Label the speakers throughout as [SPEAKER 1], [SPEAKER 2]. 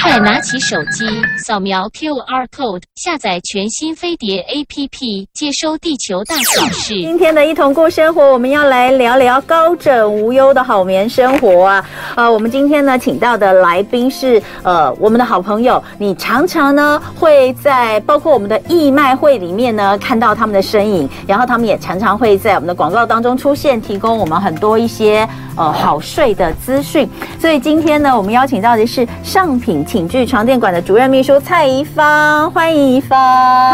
[SPEAKER 1] 快拿起手机，扫描 QR code，下载全新飞碟 APP，接收地球大小事。
[SPEAKER 2] 今天的一同过生活，我们要来聊聊高枕无忧的好眠生活啊！呃，我们今天呢，请到的来宾是呃我们的好朋友，你常常呢会在包括我们的义卖会里面呢看到他们的身影，然后他们也常常会在我们的广告当中出现，提供我们很多一些呃好睡的资讯。所以今天呢，我们邀请到的是上品寝具床垫馆的主任秘书蔡怡芳，欢迎怡芳。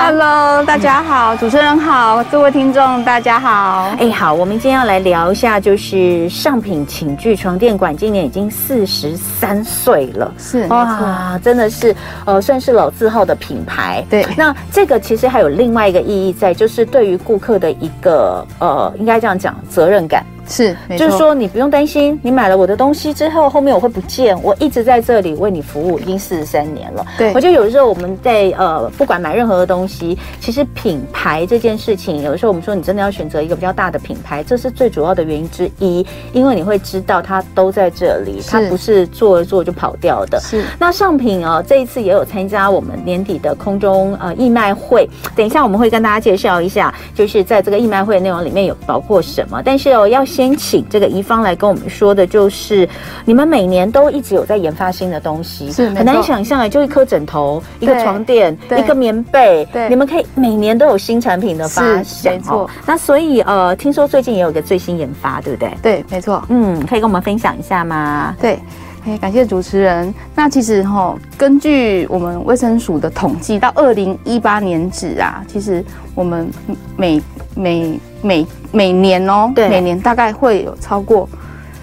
[SPEAKER 3] Hello，大家好，主持人好，各位听众大家好。
[SPEAKER 2] 哎，好，我们今天要来聊一下，就是上品寝具床垫馆今年已经四十三岁了，
[SPEAKER 3] 是
[SPEAKER 2] 哇，真的是呃，算是老字号的品牌。
[SPEAKER 3] 对
[SPEAKER 2] 那这个其实还有另外一个意义在，就是对于顾客的一个呃，应该这样讲，责任感，
[SPEAKER 3] 是，没
[SPEAKER 2] 就是
[SPEAKER 3] 错
[SPEAKER 2] 说你不用担心，你买了我的东西之后，后面我会不见，我一直在这里为你服务，已经四十三年了。
[SPEAKER 3] 对
[SPEAKER 2] 我觉得有时候我们在呃，不管买任何的东西，其实品牌这件事情，有的时候我们说你真的要选择一个比较大的品牌，这是最主要的原因之一，因为你会知道它都在这里，它
[SPEAKER 3] 是
[SPEAKER 2] 不是做一做就跑掉的。
[SPEAKER 3] 是
[SPEAKER 2] 那上品哦，这一次也有参加我们年底的空中呃义卖会，等一下我们会跟大家介绍一下，就是在这个义卖会的内容里面有包括什么。但是哦，要先请这个怡芳来跟我们说的，就是你们每年都一直有在研发新的东西，
[SPEAKER 3] 是没错
[SPEAKER 2] 很难想象哎，就一颗枕头、一个
[SPEAKER 3] 对
[SPEAKER 2] 床垫、
[SPEAKER 3] 对
[SPEAKER 2] 一个棉被，
[SPEAKER 3] 对
[SPEAKER 2] 你们可以每年都有新产品的发
[SPEAKER 3] 是
[SPEAKER 2] 想、哦
[SPEAKER 3] 没错。
[SPEAKER 2] 那所以呃，听说最近也有一个最新研发，对不对？
[SPEAKER 3] 对，没错，
[SPEAKER 2] 嗯，可以跟我们分享一下吗？
[SPEAKER 3] 对。哎，感谢主持人。那其实哈、根据我们卫生署的统计，到二零一八年止啊，其实我们每每每每年哦，
[SPEAKER 2] 对
[SPEAKER 3] 每年大概会有超过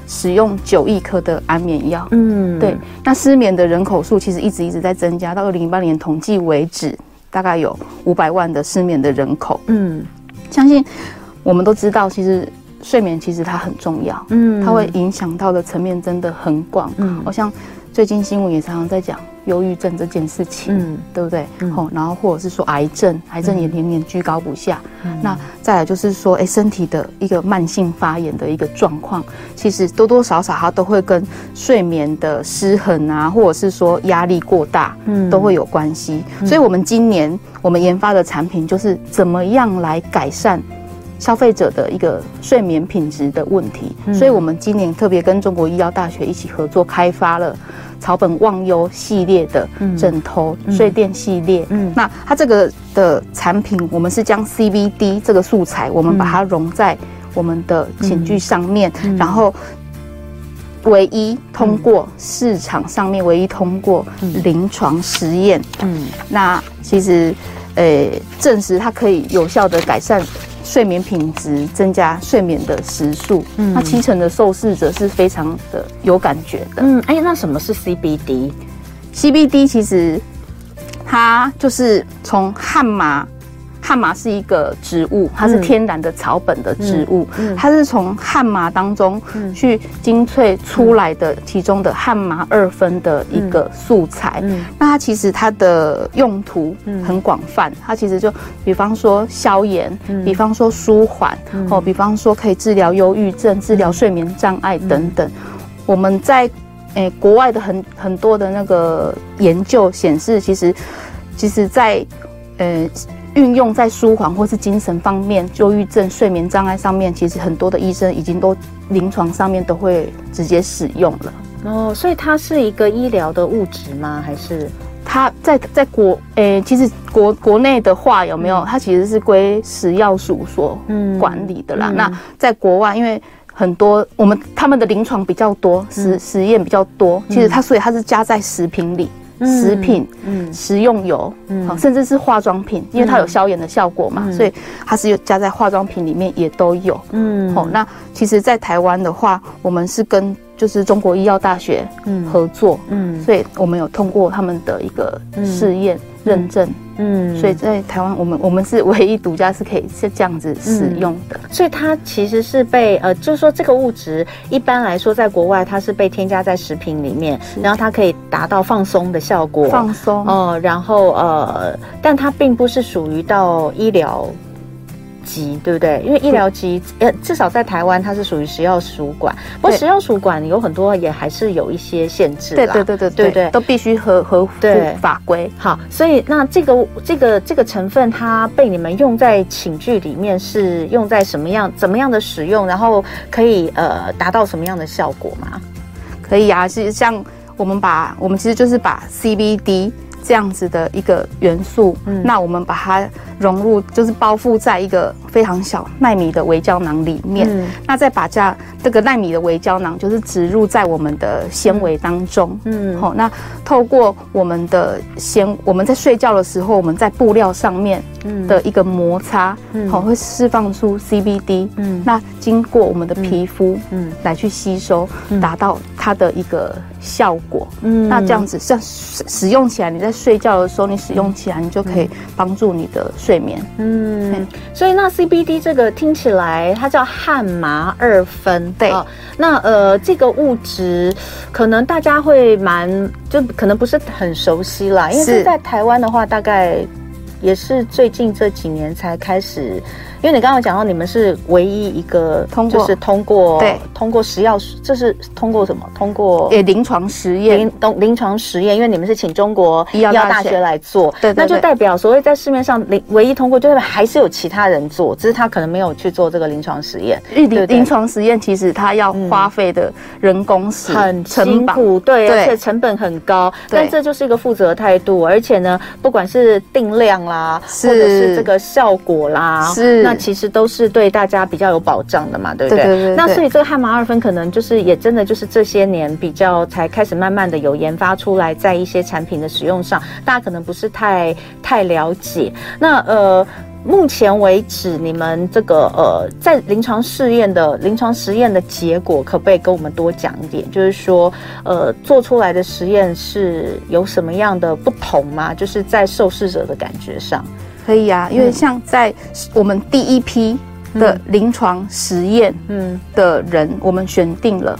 [SPEAKER 3] 使用九亿颗的安眠药。
[SPEAKER 2] 嗯，
[SPEAKER 3] 对，，那失眠的人口数其实一直一直在增加，到二零一八年统计为止，大概有五百万的失眠的人口。
[SPEAKER 2] 嗯
[SPEAKER 3] 相信我们都知道，其实睡眠其实它很重要，
[SPEAKER 2] 嗯
[SPEAKER 3] 它会影响到的层面真的很广。
[SPEAKER 2] 嗯
[SPEAKER 3] 好像最近新闻也常常在讲忧郁症这件事情，
[SPEAKER 2] 嗯
[SPEAKER 3] 对不对？
[SPEAKER 2] 嗯
[SPEAKER 3] 哦，然后或者是说癌症，癌症也年年居高不下。
[SPEAKER 2] 嗯
[SPEAKER 3] 那再来就是说，哎，身体的一个慢性发炎的一个状况，其实多多少少它都会跟睡眠的失衡啊，或者是说压力过大，
[SPEAKER 2] 嗯
[SPEAKER 3] 都会有关系。所以，我们今年我们研发的产品就是怎么样来改善。消费者的一个睡眠品质的问题，
[SPEAKER 2] 嗯
[SPEAKER 3] 所以我们今年特别跟中国医药大学一起合作开发了草本忘忧系列的枕头、睡垫系列。
[SPEAKER 2] 嗯
[SPEAKER 3] 嗯，那它这个的产品，我们是将 CBD 这个素材，我们把它融在我们的寝具上面，然后唯一通过市场上面唯一通过临床实验。
[SPEAKER 2] 嗯
[SPEAKER 3] 那其实，呃，证实它可以有效的改善。睡眠品质增加睡眠的时数，
[SPEAKER 2] 嗯
[SPEAKER 3] 那七成的受试者是非常的有感觉的。
[SPEAKER 2] 嗯，哎，那什么是 CBD？
[SPEAKER 3] CBD 其实它就是从汉麻，汉麻是一个植物，它是天然的草本的植物，
[SPEAKER 2] 嗯嗯嗯嗯
[SPEAKER 3] 它是从汉麻当中去精粹出来的其中的汉麻二酚的一个素材。
[SPEAKER 2] 嗯
[SPEAKER 3] 那它其实它的用途很广泛，它其实就比方说消炎，
[SPEAKER 2] 嗯
[SPEAKER 3] 比方说舒缓，哦，比方说可以治疗忧郁症、治
[SPEAKER 2] 嗯
[SPEAKER 3] 疗睡眠障碍等等。我们在诶、国外的很很多的那个研究显示，其实其实在呃运用在舒缓或是精神方面、忧郁症、睡眠障碍上面，其实很多的医生已经都临床上面都会直接使用了。
[SPEAKER 2] 哦，所以它是一个医疗的物质吗？还是
[SPEAKER 3] 它在在国诶、其实国国内的话有没有？它其实是归食药署所
[SPEAKER 2] 嗯
[SPEAKER 3] 管理的啦。
[SPEAKER 2] 嗯
[SPEAKER 3] 那在国外，因为很多我们他们的临床比较多，实、实验比较多，其实它所以它是加在食品里。
[SPEAKER 2] 嗯
[SPEAKER 3] 食品、
[SPEAKER 2] 嗯
[SPEAKER 3] 食用油，
[SPEAKER 2] 嗯
[SPEAKER 3] 好甚至是化妆品，因为它有消炎的效果嘛，所以它是有加在化妆品里面也都有。
[SPEAKER 2] 嗯
[SPEAKER 3] 好、那其实，在台湾的话，我们是跟就是中国医药大学合作，
[SPEAKER 2] 嗯
[SPEAKER 3] 所以我们有通过他们的一个试验认证，
[SPEAKER 2] 嗯
[SPEAKER 3] 所以在台湾我们我们是唯一独家是可以是这样子使用的。
[SPEAKER 2] 所以它其实是被呃，就是说这个物质一般来说在国外它是被添加在食品里面，然后它可以达到放松的效果，
[SPEAKER 3] 放松，
[SPEAKER 2] 哦、然后呃，但它并不是属于到医疗。
[SPEAKER 4] 级，对不对？因为医疗级，呃，至少在台湾它是属于食药署管，不过
[SPEAKER 3] 对
[SPEAKER 4] 食药署管有很多也还是有一些限制
[SPEAKER 3] 对
[SPEAKER 4] 啦。
[SPEAKER 3] 对对对
[SPEAKER 4] 对对
[SPEAKER 3] 都必须合合乎
[SPEAKER 4] 对
[SPEAKER 3] 法规。
[SPEAKER 4] 好，所以那这个这个这个成分，它被你们用在寝具里面是用在什么样怎么样的使用，然后可以呃达到什么样的效果吗？
[SPEAKER 3] 可以啊，其实像我们把我们其实就是把 CBD 这样子的一个元素，
[SPEAKER 4] 嗯
[SPEAKER 3] 那我们把它融入，就是包覆在一个非常小纳米的微胶囊里面。
[SPEAKER 4] 嗯
[SPEAKER 3] 那再把这样这个纳米的微胶囊，就是植入在我们的纤维当中。
[SPEAKER 4] 嗯，
[SPEAKER 3] 好、那透过我们的纤，我们在睡觉的时候，我们在布料上面
[SPEAKER 4] 嗯
[SPEAKER 3] 的一个摩擦，好、
[SPEAKER 4] 嗯
[SPEAKER 3] 会释放出 CBD，
[SPEAKER 4] 嗯
[SPEAKER 3] 那经过我们的皮肤，
[SPEAKER 4] 嗯
[SPEAKER 3] 嗯，来去吸收，达到它的一个效果。
[SPEAKER 4] 嗯
[SPEAKER 3] 那这样子，像使使用起来，你在睡觉的时候，你使用起来，你就可以帮助你的睡眠。
[SPEAKER 4] 嗯，所以那 CBD 这个听起来它叫汉麻二酚，
[SPEAKER 3] 对
[SPEAKER 4] 那呃，这个物质可能大家会蛮就可能不是很熟悉啦，因为
[SPEAKER 3] 是
[SPEAKER 4] 是在台湾的话，大概也是最近这几年才开始。因为你刚刚讲到你们是唯一一个
[SPEAKER 3] 通过
[SPEAKER 4] 就是通过
[SPEAKER 3] 对
[SPEAKER 4] 通过食药，这是通过什么？通过
[SPEAKER 3] 也临床实验
[SPEAKER 4] 临，临临床实验，因为你们是请中国
[SPEAKER 3] 医药大学
[SPEAKER 4] 来做，
[SPEAKER 3] 对对
[SPEAKER 4] 那就
[SPEAKER 3] 对
[SPEAKER 4] 代表所谓在市面上临唯一通过，就是还是有其他人做，只是他可能没有去做这个临床实验，
[SPEAKER 3] 因为
[SPEAKER 4] 对
[SPEAKER 3] 临
[SPEAKER 4] 对
[SPEAKER 3] 临床实验其实它要花费的人工时
[SPEAKER 4] 嗯很
[SPEAKER 3] 成
[SPEAKER 4] 辛
[SPEAKER 3] 本，
[SPEAKER 4] 苦，对，
[SPEAKER 3] 对
[SPEAKER 4] 而且成本很高，
[SPEAKER 3] 对
[SPEAKER 4] 但这就是一个负责的态度，而且呢，不管是定量啦，
[SPEAKER 3] 是
[SPEAKER 4] 或者是这个效果啦，
[SPEAKER 3] 是
[SPEAKER 4] 那其实都是对大家比较有保障的嘛，对不对？
[SPEAKER 3] 对对对对
[SPEAKER 4] 那所以这个汉麻二酚可能就是也真的就是这些年比较才开始慢慢的有研发出来，在一些产品的使用上，大家可能不是太太了解。那呃。目前为止，你们这个呃，在临床试验的临床实验的结果，可不可以跟我们多讲一点？就是说，呃，做出来的实验是有什么样的不同吗？就是在受试者的感觉上，
[SPEAKER 3] 可以啊，
[SPEAKER 4] 嗯
[SPEAKER 3] 因为像在我们第一批的临床实验
[SPEAKER 4] 嗯
[SPEAKER 3] 的人，我们选定了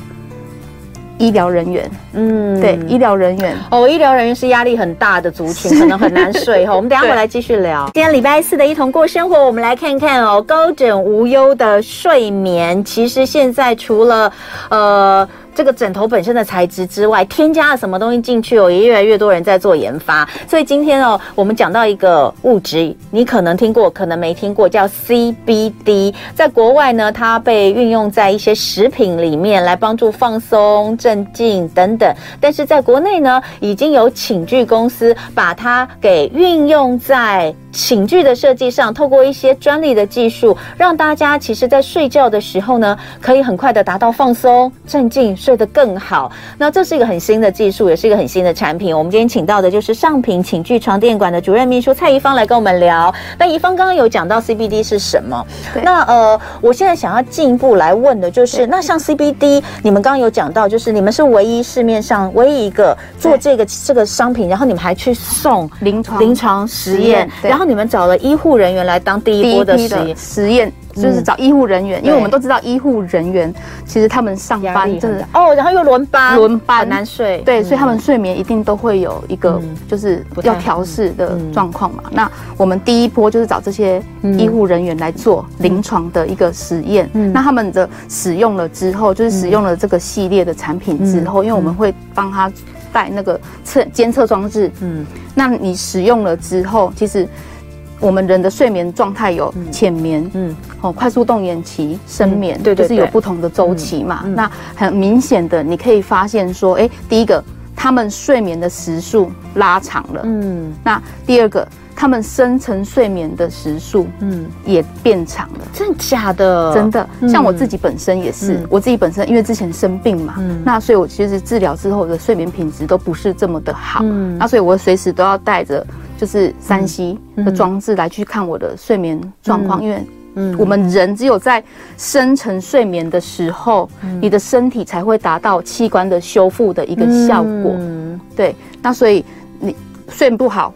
[SPEAKER 3] 医疗人员，
[SPEAKER 4] 嗯
[SPEAKER 3] 对，医疗人员
[SPEAKER 4] 哦，医疗人员是压力很大的族群，可能很难睡
[SPEAKER 2] 哦
[SPEAKER 4] 哈。我们等一下回来继续聊。
[SPEAKER 2] 今天礼拜四的一同过生活，我们来看看哦，高枕无忧的睡眠。其实现在除了呃这个枕头本身的材质之外，添加了什么东西进去哦，也越来越多人在做研发。所以今天哦，我们讲到一个物质，你可能听过，可能没听过，叫 CBD。在国外呢，它被运用在一些食品里面来帮助放松、镇静等等。但是在国内呢，已经有寝具公司把它给运用在寝具的设计上，透过一些专利的技术，让大家其实在睡觉的时候呢，可以很快的达到放松、镇静，睡得更好。那这是一个很新的技术，也是一个很新的产品。我们今天请到的就是上品寝具床垫馆的主任秘书蔡怡芳来跟我们聊。那怡芳刚刚有讲到 CBD 是什么，
[SPEAKER 3] 对
[SPEAKER 2] 那呃，我现在想要进一步来问的就是，那像 CBD，你们刚刚有讲到，就是你们是唯一市面上唯一一个做这个这个商品，然后你们还去送
[SPEAKER 3] 临床
[SPEAKER 2] 临床实
[SPEAKER 3] 实
[SPEAKER 2] 验
[SPEAKER 3] 验，对
[SPEAKER 2] 然后你们找了医护人员来当第
[SPEAKER 3] 第
[SPEAKER 2] 一
[SPEAKER 3] 一
[SPEAKER 2] 波的
[SPEAKER 3] 批
[SPEAKER 2] 实
[SPEAKER 3] 的
[SPEAKER 2] 验。
[SPEAKER 3] 实验。
[SPEAKER 4] 嗯
[SPEAKER 3] 就是找医护人员，因为我们都知道医护人员其实他们上
[SPEAKER 4] 压力
[SPEAKER 3] 班
[SPEAKER 4] 很
[SPEAKER 3] 真的
[SPEAKER 2] 哦，然后又轮班，
[SPEAKER 3] 轮班
[SPEAKER 2] 很难睡。
[SPEAKER 3] 对，所以他们睡眠一定都会有一个
[SPEAKER 4] 嗯
[SPEAKER 3] 就是
[SPEAKER 4] 不太
[SPEAKER 3] 要调试的状况嘛。那我们第一波就是找这些
[SPEAKER 4] 嗯
[SPEAKER 3] 医护人员来做临床的一个实验。那他们的使用了之后，就是使用了这个系列的产品之
[SPEAKER 4] 嗯
[SPEAKER 3] 后，因为我们会帮他带那个测监测装置。
[SPEAKER 4] 嗯
[SPEAKER 3] 嗯，那你使用了之后，其实。我们人的睡眠状态有浅眠，
[SPEAKER 4] 嗯
[SPEAKER 3] 嗯，哦，快速动眼期、深眠，
[SPEAKER 4] 对对
[SPEAKER 3] 就是有
[SPEAKER 4] 对嗯
[SPEAKER 3] 不同的周期嘛。那很明显的，你可以发现说，哎，第一个，他们睡眠的时数拉长了；
[SPEAKER 4] 嗯
[SPEAKER 3] 那第二个，他们深层睡眠的时数
[SPEAKER 4] 嗯，
[SPEAKER 3] 也变长了。
[SPEAKER 4] 真的假的？
[SPEAKER 3] 真的，像我自己本身也是，
[SPEAKER 4] 嗯
[SPEAKER 3] 我自己本身因为之前生病嘛，
[SPEAKER 4] 嗯
[SPEAKER 3] 那所以我其实治疗之后的睡眠品质都不是这么的好，
[SPEAKER 4] 嗯
[SPEAKER 3] 那所以我随时都要带着就是三 C 的装置来去看我的睡眠状况，因为。
[SPEAKER 4] 嗯
[SPEAKER 3] 我们人只有在深层睡眠的时候，
[SPEAKER 4] 嗯
[SPEAKER 3] 你的身体才会达到器官的修复的一个效果。
[SPEAKER 4] 嗯
[SPEAKER 3] 对，那所以你睡不好，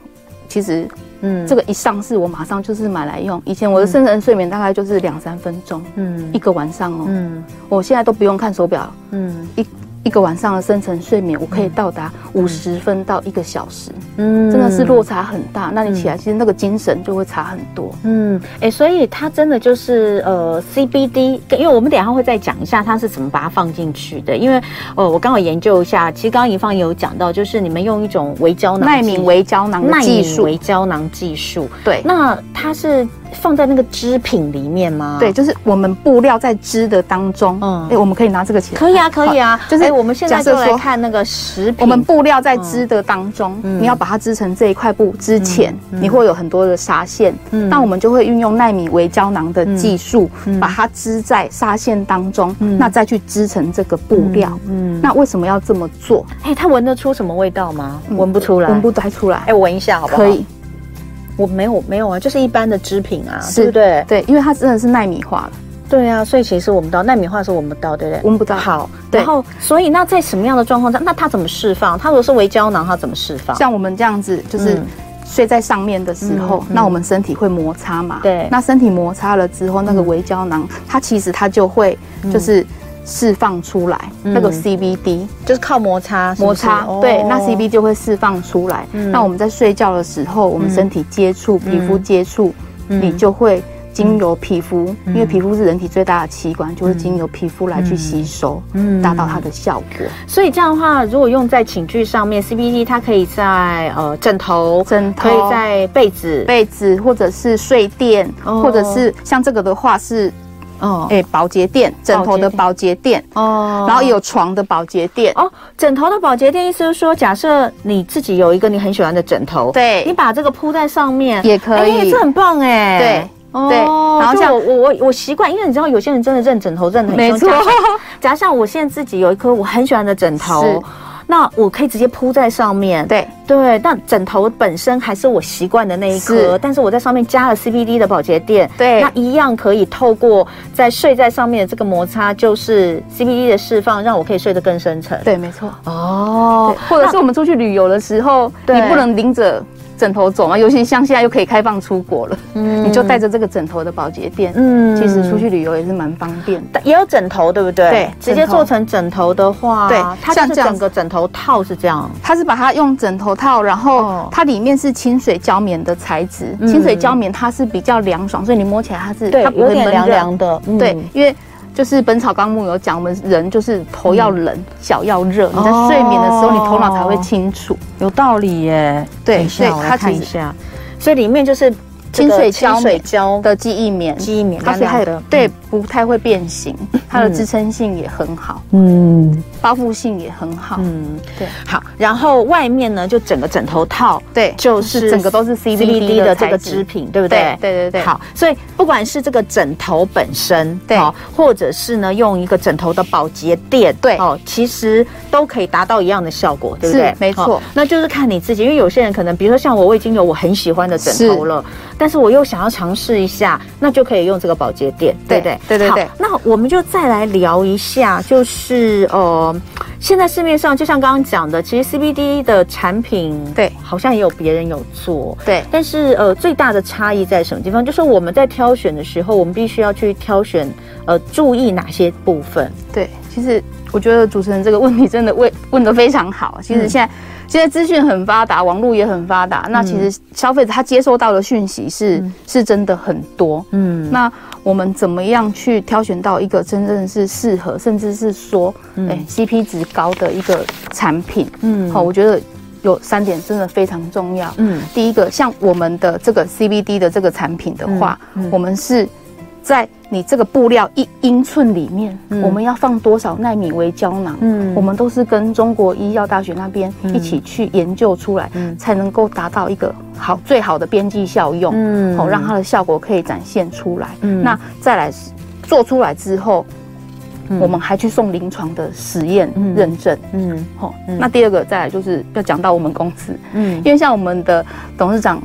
[SPEAKER 3] 其实
[SPEAKER 4] 嗯
[SPEAKER 3] 这个一上市，我马上就是买来用。以前我的深层睡眠大概就是两三分钟，
[SPEAKER 4] 嗯
[SPEAKER 3] 一个晚上哦。
[SPEAKER 4] 嗯
[SPEAKER 3] 我现在都不用看手表，
[SPEAKER 4] 嗯
[SPEAKER 3] 一一个晚上的深层睡眠，我可以到达五十分到一个小时，
[SPEAKER 2] 嗯
[SPEAKER 3] 真的是落差很大。那你起来，其实那个精神就会差很多。
[SPEAKER 2] 嗯，哎、所以它真的就是呃 CBD，跟因为我们等一下会再讲一下它是怎么把它放进去的，因为呃我刚好研究一下，其实刚刚一放有讲到，就是你们用一种微胶囊
[SPEAKER 3] 耐敏微胶囊的
[SPEAKER 2] 耐
[SPEAKER 3] 技
[SPEAKER 2] 敏
[SPEAKER 3] 术，
[SPEAKER 2] 微胶囊技术，
[SPEAKER 3] 对，
[SPEAKER 2] 那它是放在那个织品里面吗？
[SPEAKER 3] 对，，就是我们布料在织的当中，
[SPEAKER 2] 嗯
[SPEAKER 3] 嗯，哎，我们可以拿这个起来，
[SPEAKER 2] 可以啊，可以啊，
[SPEAKER 3] 就是
[SPEAKER 2] 诶我们现在
[SPEAKER 3] 假设
[SPEAKER 2] 就来
[SPEAKER 3] 说
[SPEAKER 2] 看那个食品，
[SPEAKER 3] 我们布料在织的当中，
[SPEAKER 2] 嗯
[SPEAKER 3] 你要把它织成这一块布之前，你会有很多的纱线。
[SPEAKER 2] 嗯
[SPEAKER 3] 那我们就会运用纳米微胶囊的技术，
[SPEAKER 2] 嗯
[SPEAKER 3] 把它织在纱线当中，
[SPEAKER 2] 嗯
[SPEAKER 3] 那再去织成这个布料。
[SPEAKER 2] 嗯，
[SPEAKER 3] 那为什么要这么做？
[SPEAKER 2] 哎、它闻得出什么味道吗？闻、不出来，
[SPEAKER 3] 嗯闻不太出来。
[SPEAKER 2] 哎、我闻一下好不好？
[SPEAKER 3] 可以，，
[SPEAKER 2] 我没有没有啊，就是一般的织品啊，
[SPEAKER 3] 是
[SPEAKER 2] 对不对？
[SPEAKER 3] 对，因为它真的是纳米化了，
[SPEAKER 2] 对啊，所以其实我们到纳米化的时候闻不到，对不对？
[SPEAKER 3] 闻不到。
[SPEAKER 2] 好，
[SPEAKER 3] 对
[SPEAKER 2] 然后所以那在什么样的状况下，那它怎么释放？它如果是微胶囊，它怎么释放？
[SPEAKER 3] 像我们这样子，就是
[SPEAKER 2] 嗯
[SPEAKER 3] 睡在上面的时候，
[SPEAKER 2] 嗯嗯
[SPEAKER 3] 那我们身体会摩擦嘛？
[SPEAKER 2] 对嗯
[SPEAKER 3] 那身体摩擦了之后，那个微胶囊，它其实它就会就是释放出来、
[SPEAKER 2] 嗯
[SPEAKER 3] 那个 CBD
[SPEAKER 2] 就是靠摩擦，是不
[SPEAKER 3] 摩
[SPEAKER 2] 是
[SPEAKER 3] 擦，
[SPEAKER 2] 哦
[SPEAKER 3] 对，那 CB 就会释放出来。
[SPEAKER 2] 嗯
[SPEAKER 3] 那我们在睡觉的时候，我们身体接触、皮肤接触，
[SPEAKER 2] 嗯
[SPEAKER 3] 你就会。经由皮肤，
[SPEAKER 2] 嗯
[SPEAKER 3] 因为皮肤是人体最大的器官，就会经由皮肤来去吸收，
[SPEAKER 2] 嗯
[SPEAKER 3] 达到它的效果。
[SPEAKER 2] 所以这样的话，如果用在寝具上面，CBD 它可以在呃枕头，
[SPEAKER 3] 枕头
[SPEAKER 2] 可以在被子，
[SPEAKER 3] 被子或者是睡垫，
[SPEAKER 2] 哦
[SPEAKER 3] 或者是像这个的话是
[SPEAKER 2] 哦
[SPEAKER 3] 诶保洁垫，枕头的保洁垫，
[SPEAKER 2] 哦
[SPEAKER 3] 然后也有床的保洁垫。
[SPEAKER 2] 哦，枕头的保洁垫意思就是说，假设你自己有一个你很喜欢的枕头，
[SPEAKER 3] 对
[SPEAKER 2] 你把这个铺在上面
[SPEAKER 3] 也可以
[SPEAKER 2] 哎这很棒哎，
[SPEAKER 3] 对。对
[SPEAKER 2] 哦
[SPEAKER 3] 然后
[SPEAKER 2] 就
[SPEAKER 3] 像
[SPEAKER 2] 我我我我习惯，因为你知道有些人真的认枕头认得很
[SPEAKER 3] 没
[SPEAKER 2] 凶。
[SPEAKER 3] 错
[SPEAKER 2] 假设假设像我现在自己有一颗我很喜欢的枕
[SPEAKER 3] 是
[SPEAKER 2] 头，那我可以直接铺在上面。
[SPEAKER 3] 对
[SPEAKER 2] 对，那枕头本身还是我习惯的那一颗，
[SPEAKER 3] 是
[SPEAKER 2] 但是我在上面加了 CBD 的保洁垫，
[SPEAKER 3] 对
[SPEAKER 2] 那一样可以透过在睡在上面的这个摩擦，就是 CBD 的释放，让我可以睡得更深沉。
[SPEAKER 3] 对，没错。
[SPEAKER 2] 哦
[SPEAKER 3] 对，或者是我们出去旅游的时候，
[SPEAKER 2] 对
[SPEAKER 3] 你不能拎着枕头走嘛，尤其像现在又可以开放出国了，
[SPEAKER 2] 嗯
[SPEAKER 3] 你就带着这个枕头的保洁垫，
[SPEAKER 2] 嗯
[SPEAKER 3] 其实出去旅游也是蛮方便的。
[SPEAKER 2] 也有枕头，对不对？
[SPEAKER 3] 对
[SPEAKER 2] 直接
[SPEAKER 3] 枕头
[SPEAKER 2] 做成枕头的话，
[SPEAKER 3] 对
[SPEAKER 2] 它
[SPEAKER 3] 像
[SPEAKER 2] 就是
[SPEAKER 3] 这样
[SPEAKER 2] 整个枕头套是这样。
[SPEAKER 3] 它是把它用枕头套，然
[SPEAKER 2] 哦
[SPEAKER 3] 后它里面是清水胶棉的材质，
[SPEAKER 2] 嗯
[SPEAKER 3] 清水胶棉它是比较凉爽，所以你摸起来它是
[SPEAKER 2] 对
[SPEAKER 3] 它，不
[SPEAKER 2] 有
[SPEAKER 3] 会闷
[SPEAKER 2] 点凉
[SPEAKER 3] 热
[SPEAKER 2] 凉的，嗯
[SPEAKER 3] 对，因为就是《本草纲目》有讲，我们人就是头要冷，脚要热。你在
[SPEAKER 2] 嗯哦
[SPEAKER 3] 睡眠的时候，你头脑才会清楚。
[SPEAKER 2] 有道理耶。
[SPEAKER 3] 对
[SPEAKER 2] 等一下
[SPEAKER 3] 所以
[SPEAKER 2] 我来
[SPEAKER 3] 它
[SPEAKER 2] 看
[SPEAKER 3] 其
[SPEAKER 2] 一
[SPEAKER 3] 实
[SPEAKER 2] 下，所以里面就是这
[SPEAKER 3] 清
[SPEAKER 2] 个
[SPEAKER 3] 水胶
[SPEAKER 2] 清水
[SPEAKER 3] 棉
[SPEAKER 2] 胶的
[SPEAKER 3] 的记忆棉，
[SPEAKER 2] 嗯记忆棉
[SPEAKER 3] 它所以
[SPEAKER 2] 凉
[SPEAKER 3] 它
[SPEAKER 2] 凉
[SPEAKER 3] 也
[SPEAKER 2] 的嗯
[SPEAKER 3] 对不太会变形，它的支撑性也很好，
[SPEAKER 2] 嗯
[SPEAKER 3] 包覆性也很好。
[SPEAKER 2] 嗯，
[SPEAKER 3] 对
[SPEAKER 2] 好。然后外面呢，就整个枕头套
[SPEAKER 3] 对，
[SPEAKER 2] 就是
[SPEAKER 3] 整个都是 CBD
[SPEAKER 2] 的这
[SPEAKER 3] 的材
[SPEAKER 2] 个织
[SPEAKER 3] 质。
[SPEAKER 2] 品，对不对
[SPEAKER 3] 对？对对对，
[SPEAKER 2] 好，所以不管是这个枕头本身，
[SPEAKER 3] 对
[SPEAKER 2] 好或者是呢用一个枕头的保洁垫，
[SPEAKER 3] 对
[SPEAKER 2] 哦，其实都可以达到一样的效果，对不
[SPEAKER 3] 是
[SPEAKER 2] 对？
[SPEAKER 3] 没错
[SPEAKER 2] 好那就是看你自己，因为有些人可能，比如说像我，我已经有我很喜欢的枕头了，但是我又想要尝试一下，那就可以用这个保洁垫，对
[SPEAKER 3] 对
[SPEAKER 2] 不对？
[SPEAKER 3] 对对
[SPEAKER 2] 好
[SPEAKER 3] 对
[SPEAKER 2] 那我们就再来聊一下，就是呃，现在市面上就像刚刚讲的，其实 CBD 的产品，
[SPEAKER 3] 对
[SPEAKER 2] 好像也有别人有做，
[SPEAKER 3] 对
[SPEAKER 2] 但是呃，最大的差异在什么地方？就是我们在挑选的时候，我们必须要去挑选，呃，注意哪些部分？
[SPEAKER 3] 对，其实我觉得主持人这个问题真的问问得非常好。
[SPEAKER 2] 嗯
[SPEAKER 3] 其实现在、现在资讯很发达，网络也很发达，那其
[SPEAKER 2] 嗯
[SPEAKER 3] 实消费者他接收到的讯息是、是真的很多。
[SPEAKER 2] 嗯，
[SPEAKER 3] 那我们怎么样去挑选到一个真正是适合，甚至是说，哎、CP 值高的一个产品？
[SPEAKER 2] 嗯
[SPEAKER 3] 嗯，好，我觉得有三点真的非常重要。
[SPEAKER 2] 嗯
[SPEAKER 3] 嗯，第一个，像我们的这个 CBD 的这个产品的话，
[SPEAKER 2] 嗯
[SPEAKER 3] 我们是在你这个布料一英寸里面，我们要放多少纳米微胶囊？
[SPEAKER 2] 嗯
[SPEAKER 3] 嗯，我们都是跟中国医药大学那边一起去研究出来，
[SPEAKER 2] 嗯
[SPEAKER 3] 才能够达到一个好最好的边际效用，
[SPEAKER 2] 嗯
[SPEAKER 3] 嗯，好、让它的效果可以展现出来。
[SPEAKER 2] 嗯
[SPEAKER 3] 嗯，那再来是做出来之后，我们还去送临床的实验
[SPEAKER 2] 嗯
[SPEAKER 3] 认证。
[SPEAKER 2] 嗯
[SPEAKER 3] 好、那第二个再来就是要讲到我们公司，
[SPEAKER 2] 嗯
[SPEAKER 3] 因为像我们的董 事长，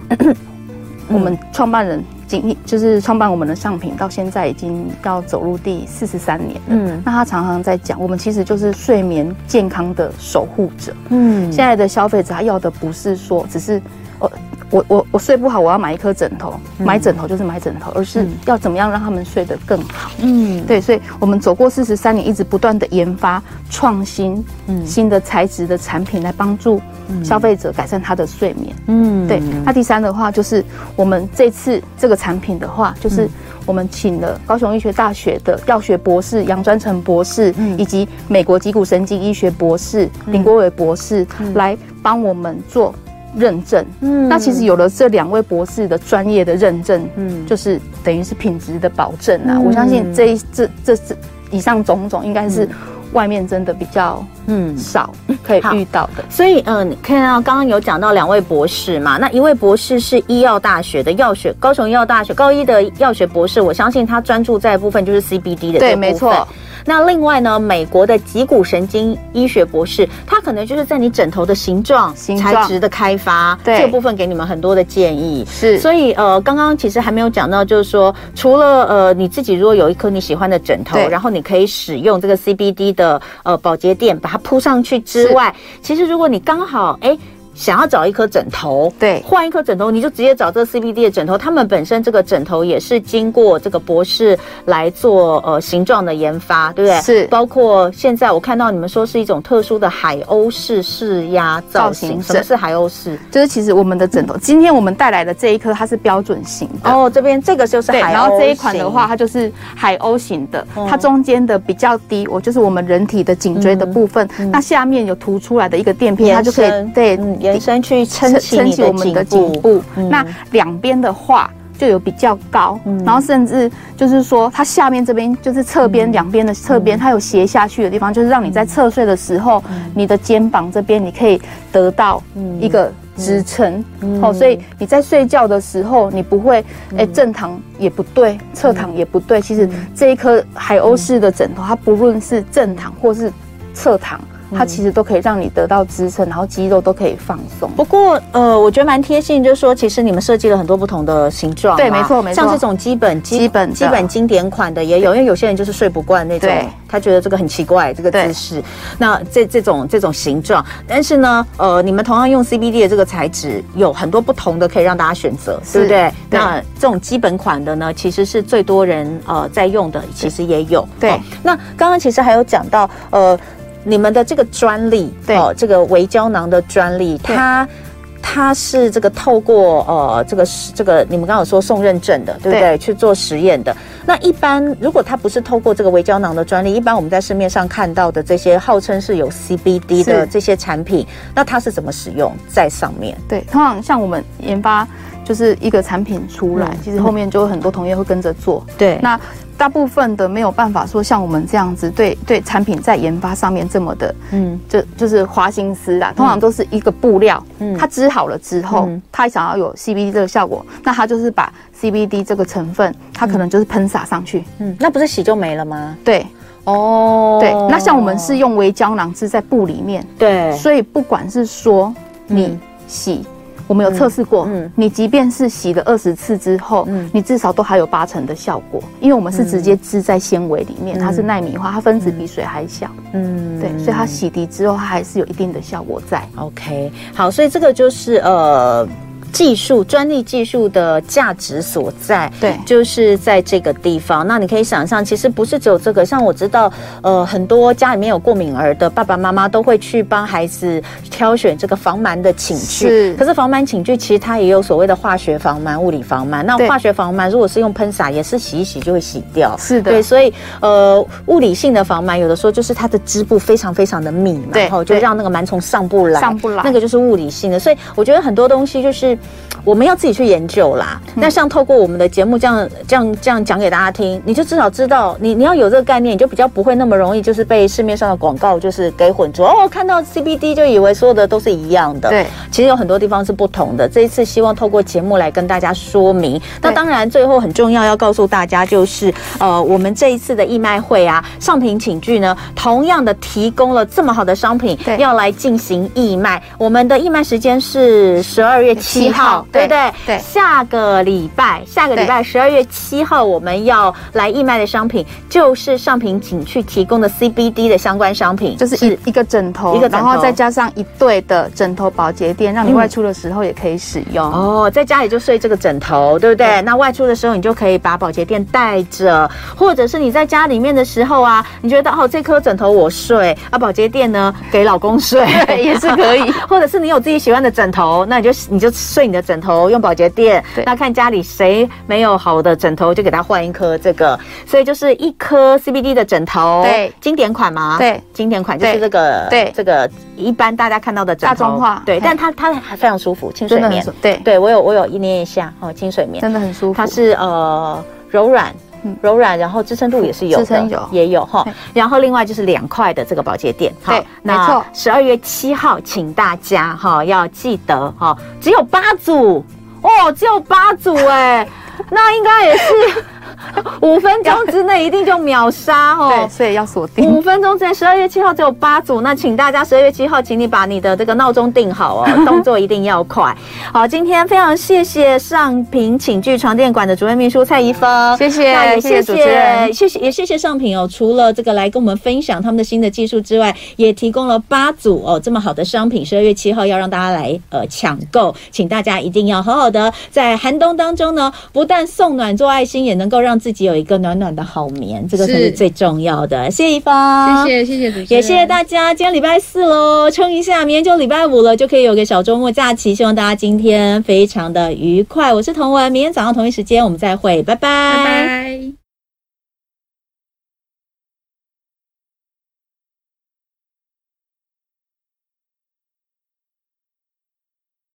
[SPEAKER 3] 我们创办人经就是创办我们的上品，到现在已经要走入第四十三年了。
[SPEAKER 2] 嗯
[SPEAKER 3] 那他常常在讲，我们其实就是睡眠健康的守护者。
[SPEAKER 2] 嗯
[SPEAKER 3] 现在的消费者他要的不是说只是。呃我我我睡不好，我要买一颗枕头，买枕头就是买枕头，而是要怎么样让他们睡得更好。
[SPEAKER 2] 嗯，
[SPEAKER 3] 对，所以我们走过四十三年，一直不断的研发创新，
[SPEAKER 2] 嗯
[SPEAKER 3] 新的材质的产品来帮助消费者改善他的睡眠。
[SPEAKER 2] 嗯，
[SPEAKER 3] 对，那第三的话就是我们这次这个产品的话，
[SPEAKER 2] 嗯
[SPEAKER 3] 就是我们请了高雄医学大学的药学博士杨专成博士，
[SPEAKER 2] 嗯
[SPEAKER 3] 以及美国脊骨神经医学博士林国伟博士来帮我们做认证。
[SPEAKER 2] 嗯
[SPEAKER 3] 那其实有了这两位博士的专业的认证，嗯，就是等于是品质的保证
[SPEAKER 2] 嗯
[SPEAKER 3] 啊。我相信这一这这这以上种种应该是外面真的比较
[SPEAKER 2] 嗯
[SPEAKER 3] 嗯少可以
[SPEAKER 2] 好
[SPEAKER 3] 遇到的。
[SPEAKER 2] 所以，嗯、你看到刚刚有讲到两位博士嘛，那一位博士是医药大学的药学，高雄医药大学高一的药学博士，我相信他专注在的部分就是 CBD 的这个部
[SPEAKER 3] 对
[SPEAKER 2] 分
[SPEAKER 3] 没错。
[SPEAKER 2] 那另外呢，美国的脊骨神经医学博士，他可能就是在你枕头的形状、
[SPEAKER 3] 形状
[SPEAKER 2] 材质的开发
[SPEAKER 3] 对
[SPEAKER 2] 这个部分给你们很多的建议。
[SPEAKER 3] 是
[SPEAKER 2] 所以呃，刚刚其实还没有讲到，就是说，除了呃你自己如果有一颗你喜欢的枕头，
[SPEAKER 3] 对
[SPEAKER 2] 然后你可以使用这个 CBD 的呃保洁垫把它铺上去之外，其实如果你刚好哎。想要找一颗枕头，
[SPEAKER 3] 对
[SPEAKER 2] 换一颗枕头，你就直接找这个 CBD 的枕头。他们本身这个枕头也是经过这个博士来做呃形状的研发，对不对？
[SPEAKER 3] 是
[SPEAKER 2] 包括现在我看到你们说是一种特殊的海鸥式式压造
[SPEAKER 3] 造
[SPEAKER 2] 型，
[SPEAKER 3] 型
[SPEAKER 2] 什么
[SPEAKER 3] 枕
[SPEAKER 2] 是海鸥式？
[SPEAKER 3] 就是其实我们的枕头，今天我们带来的这一颗它是标准型的。
[SPEAKER 2] 哦，这边这个就是
[SPEAKER 3] 对，
[SPEAKER 2] 海鸥
[SPEAKER 3] 然后这一款的
[SPEAKER 2] 型
[SPEAKER 3] 话，它就是海鸥型的，它中间的比较低，我就是我们人体的颈椎的部分，那下面有凸出来的一个垫片，它
[SPEAKER 2] 延
[SPEAKER 3] 就可以
[SPEAKER 2] 伸
[SPEAKER 3] 对
[SPEAKER 2] 嗯延伸去撑
[SPEAKER 3] 撑
[SPEAKER 2] 起
[SPEAKER 3] 撑
[SPEAKER 2] 你
[SPEAKER 3] 起我们的
[SPEAKER 2] 的
[SPEAKER 3] 颈
[SPEAKER 2] 颈部。嗯
[SPEAKER 3] 部。那两边的话就有比较高，然后甚至就是说它下面这边就是侧
[SPEAKER 2] 嗯
[SPEAKER 3] 边两边的侧边，它有斜下去的地方，就是让你在侧睡的时候，
[SPEAKER 2] 嗯
[SPEAKER 3] 你的肩膀这边你可以得到一个支撑。
[SPEAKER 2] 嗯
[SPEAKER 3] 哦，所以你在睡觉的时候，你不会哎正躺也不对，
[SPEAKER 2] 嗯
[SPEAKER 3] 侧躺也不对。其实这一颗海鸥式的枕头，它不论是正躺或是侧躺。
[SPEAKER 2] 嗯
[SPEAKER 3] 它其实都可以让你得到支撑，然后肌肉都可以放松。
[SPEAKER 2] 不过，呃，我觉得蛮贴心，就是说，其实你们设计了很多不同的形状嘛，
[SPEAKER 3] 对没错没错
[SPEAKER 2] 像这种基本基
[SPEAKER 3] 基本的
[SPEAKER 2] 基本经典款的也有，因为有些人就是睡不惯那种
[SPEAKER 3] 对，
[SPEAKER 2] 他觉得这个很奇怪，这个姿势。那这这种这种形状，但是呢，呃，你们同样用 CBD 的这个材质，有很多不同的可以让大家选择，对不对？
[SPEAKER 3] 对
[SPEAKER 2] 那呃这种基本款的呢，其实是最多人呃在用的，其实也有。哦
[SPEAKER 3] 对
[SPEAKER 2] 那刚刚其实还有讲到呃。你们的这个专利，哦
[SPEAKER 3] 对
[SPEAKER 2] 这个微胶囊的专利，
[SPEAKER 3] 对
[SPEAKER 2] 它它是这个透过呃这个实这个你们刚刚有说送认证的，对不对？去做实验的。那一般如果它不是透过这个微胶囊的专利，一般我们在市面上看到的这些号称是有 CBD 的
[SPEAKER 3] 是
[SPEAKER 2] 这些产品，那它是怎么使用在上面？
[SPEAKER 3] 对，通常像我们研发就是一个产品出来，其实后面就有很多同业会跟着做。
[SPEAKER 2] 嗯对
[SPEAKER 3] 那大部分的没有办法说像我们这样子对对产品在研发上面这么的，
[SPEAKER 2] 嗯
[SPEAKER 3] 嗯，就就是花心思啦。通常都是一个布料，嗯，它织好了之后，
[SPEAKER 2] 嗯
[SPEAKER 3] 它想要有 CBD 这个效果，那它就是把 CBD 这个成分，它可能就是喷洒上去。
[SPEAKER 2] 嗯，那不是洗就没了吗？
[SPEAKER 3] 对
[SPEAKER 2] 哦，
[SPEAKER 3] 对，那像我们是用微胶囊织在布里面，
[SPEAKER 2] 对
[SPEAKER 3] 所以不管是说你洗，我们有测试过，
[SPEAKER 2] 嗯嗯
[SPEAKER 3] 你即便是洗了二十次之后，
[SPEAKER 2] 嗯
[SPEAKER 3] 你至少都还有八成的效果，因为我们是直接织在纤维里面，它是纳米化，它分子比水还小，
[SPEAKER 2] 嗯
[SPEAKER 3] 对，所以它洗涤之后，它还是有一定的效果在。
[SPEAKER 2] OK，好，所以这个就是呃。技术专利技术的价值所在，
[SPEAKER 3] 对
[SPEAKER 2] 就是在这个地方。那你可以想象，其实不是只有这个，像我知道，呃，很多家里面有过敏儿的爸爸妈妈都会去帮孩子挑选这个防螨的寝具。
[SPEAKER 3] 是
[SPEAKER 2] 可是防螨寝具其实它也有所谓的化学防螨、物理防螨。那
[SPEAKER 3] 对
[SPEAKER 2] 化学防螨如果是用喷洒，也是洗一洗就会洗掉。
[SPEAKER 3] 是的
[SPEAKER 2] 对，所以呃，物理性的防螨有的时候就是它的织布非常非常的密嘛，
[SPEAKER 3] 对
[SPEAKER 2] 然后就
[SPEAKER 3] 对
[SPEAKER 2] 让那个螨虫上不来。
[SPEAKER 3] 上不来
[SPEAKER 2] 那个就是物理性的。所以我觉得很多东西就是我们要自己去研究啦。
[SPEAKER 3] 嗯
[SPEAKER 2] 那像透过我们的节目这样这样这样讲给大家听，你就至少知道你你要有这个概念，你就比较不会那么容易就是被市面上的广告就是给混浊哦，看到 CBD 就以为所有的都是一样的。
[SPEAKER 3] 对，
[SPEAKER 2] 其实有很多地方是不同的。这一次希望透过节目来跟大家说明。那当然，最后很重要要告诉大家就是，呃，我们这一次的义卖会啊，上品寝具呢，同样的提供了这么好的商品，
[SPEAKER 3] 对
[SPEAKER 2] 要来进行义卖。我们的义卖时间是十二月七一号，对不对？
[SPEAKER 3] 对
[SPEAKER 2] 下个礼拜，下个礼拜十二月七号，我们要来义卖的商品就是上品景区提供的 CBD 的相关商品，
[SPEAKER 3] 就是一一个枕头，
[SPEAKER 2] 一个枕
[SPEAKER 3] 然
[SPEAKER 2] 头
[SPEAKER 3] 后再加上一对的枕头保洁垫，让你
[SPEAKER 2] 嗯
[SPEAKER 3] 外出的时候也可以使用。
[SPEAKER 2] 哦，在家里就睡这个枕头，对不对？
[SPEAKER 3] 对
[SPEAKER 2] 那外出的时候，你就可以把保洁垫带着，或者是你在家里面的时候啊，你觉得哦，这颗枕头我睡，啊，保洁垫呢给老公 睡
[SPEAKER 3] 也是可以。
[SPEAKER 2] 或者是你有自己喜欢的枕头，那你就你就睡你的枕头，用保洁垫
[SPEAKER 3] 对。
[SPEAKER 2] 那看家里谁没有好的枕头，就给他换一颗这个。所以就是一颗 CBD 的枕头，
[SPEAKER 3] 对
[SPEAKER 2] 经典款吗？
[SPEAKER 3] 对，
[SPEAKER 2] 经典款就是
[SPEAKER 3] 对
[SPEAKER 2] 这个，
[SPEAKER 3] 对
[SPEAKER 2] 这个一般大家看到的枕头，
[SPEAKER 3] 大众化
[SPEAKER 2] 对，
[SPEAKER 3] 嘿
[SPEAKER 2] 但它它还非常舒服，清水
[SPEAKER 3] 真的很
[SPEAKER 2] 面
[SPEAKER 3] 舒，对
[SPEAKER 2] 对我有我有一捏一下哦，清水面，
[SPEAKER 3] 真的很舒服。
[SPEAKER 2] 它是呃柔软
[SPEAKER 3] 嗯。
[SPEAKER 2] 柔软，然后支撑度也是有的，
[SPEAKER 3] 支撑有
[SPEAKER 2] 也有哈
[SPEAKER 3] 对。
[SPEAKER 2] 然后另外就是两块的这个保洁垫，哈
[SPEAKER 3] 对没
[SPEAKER 2] 那
[SPEAKER 3] 错
[SPEAKER 2] 十二月七号，请大家哈要记得哈，只有八组哦，只有八组哎、 那应该也是 五分钟之内一定就秒杀哦。
[SPEAKER 3] 对，所以要锁定。
[SPEAKER 2] 五分钟之内，十二月七号只有八组，那请大家十二月七号，请你把你的这个闹钟定好哦， 动作一定要快。好，今天非常谢谢上品寝具床垫馆的主任秘书蔡怡峰，
[SPEAKER 3] 谢谢
[SPEAKER 2] 那也
[SPEAKER 3] 谢
[SPEAKER 2] 谢谢
[SPEAKER 3] 谢主持人
[SPEAKER 2] 谢谢也谢谢上品哦，除了这个来跟我们分享他们的新的技术之外，也提供了八组哦这么好的商品，十二月七号要让大家来呃抢购，请大家一定要好好的在寒冬当中呢，不但送暖做爱心，也能够让自己有一个暖暖的好眠，这个才是
[SPEAKER 5] 是
[SPEAKER 2] 最重要的。谢谢一方，
[SPEAKER 5] 谢谢谢谢主持人，
[SPEAKER 2] 也谢谢大家，今天礼拜四喽，撑一下，明天就礼拜五了，就可以有个小周末假期。希望大家今天非常的愉快。我是童文，明天早上同一时间我们再会，拜拜
[SPEAKER 5] 拜拜。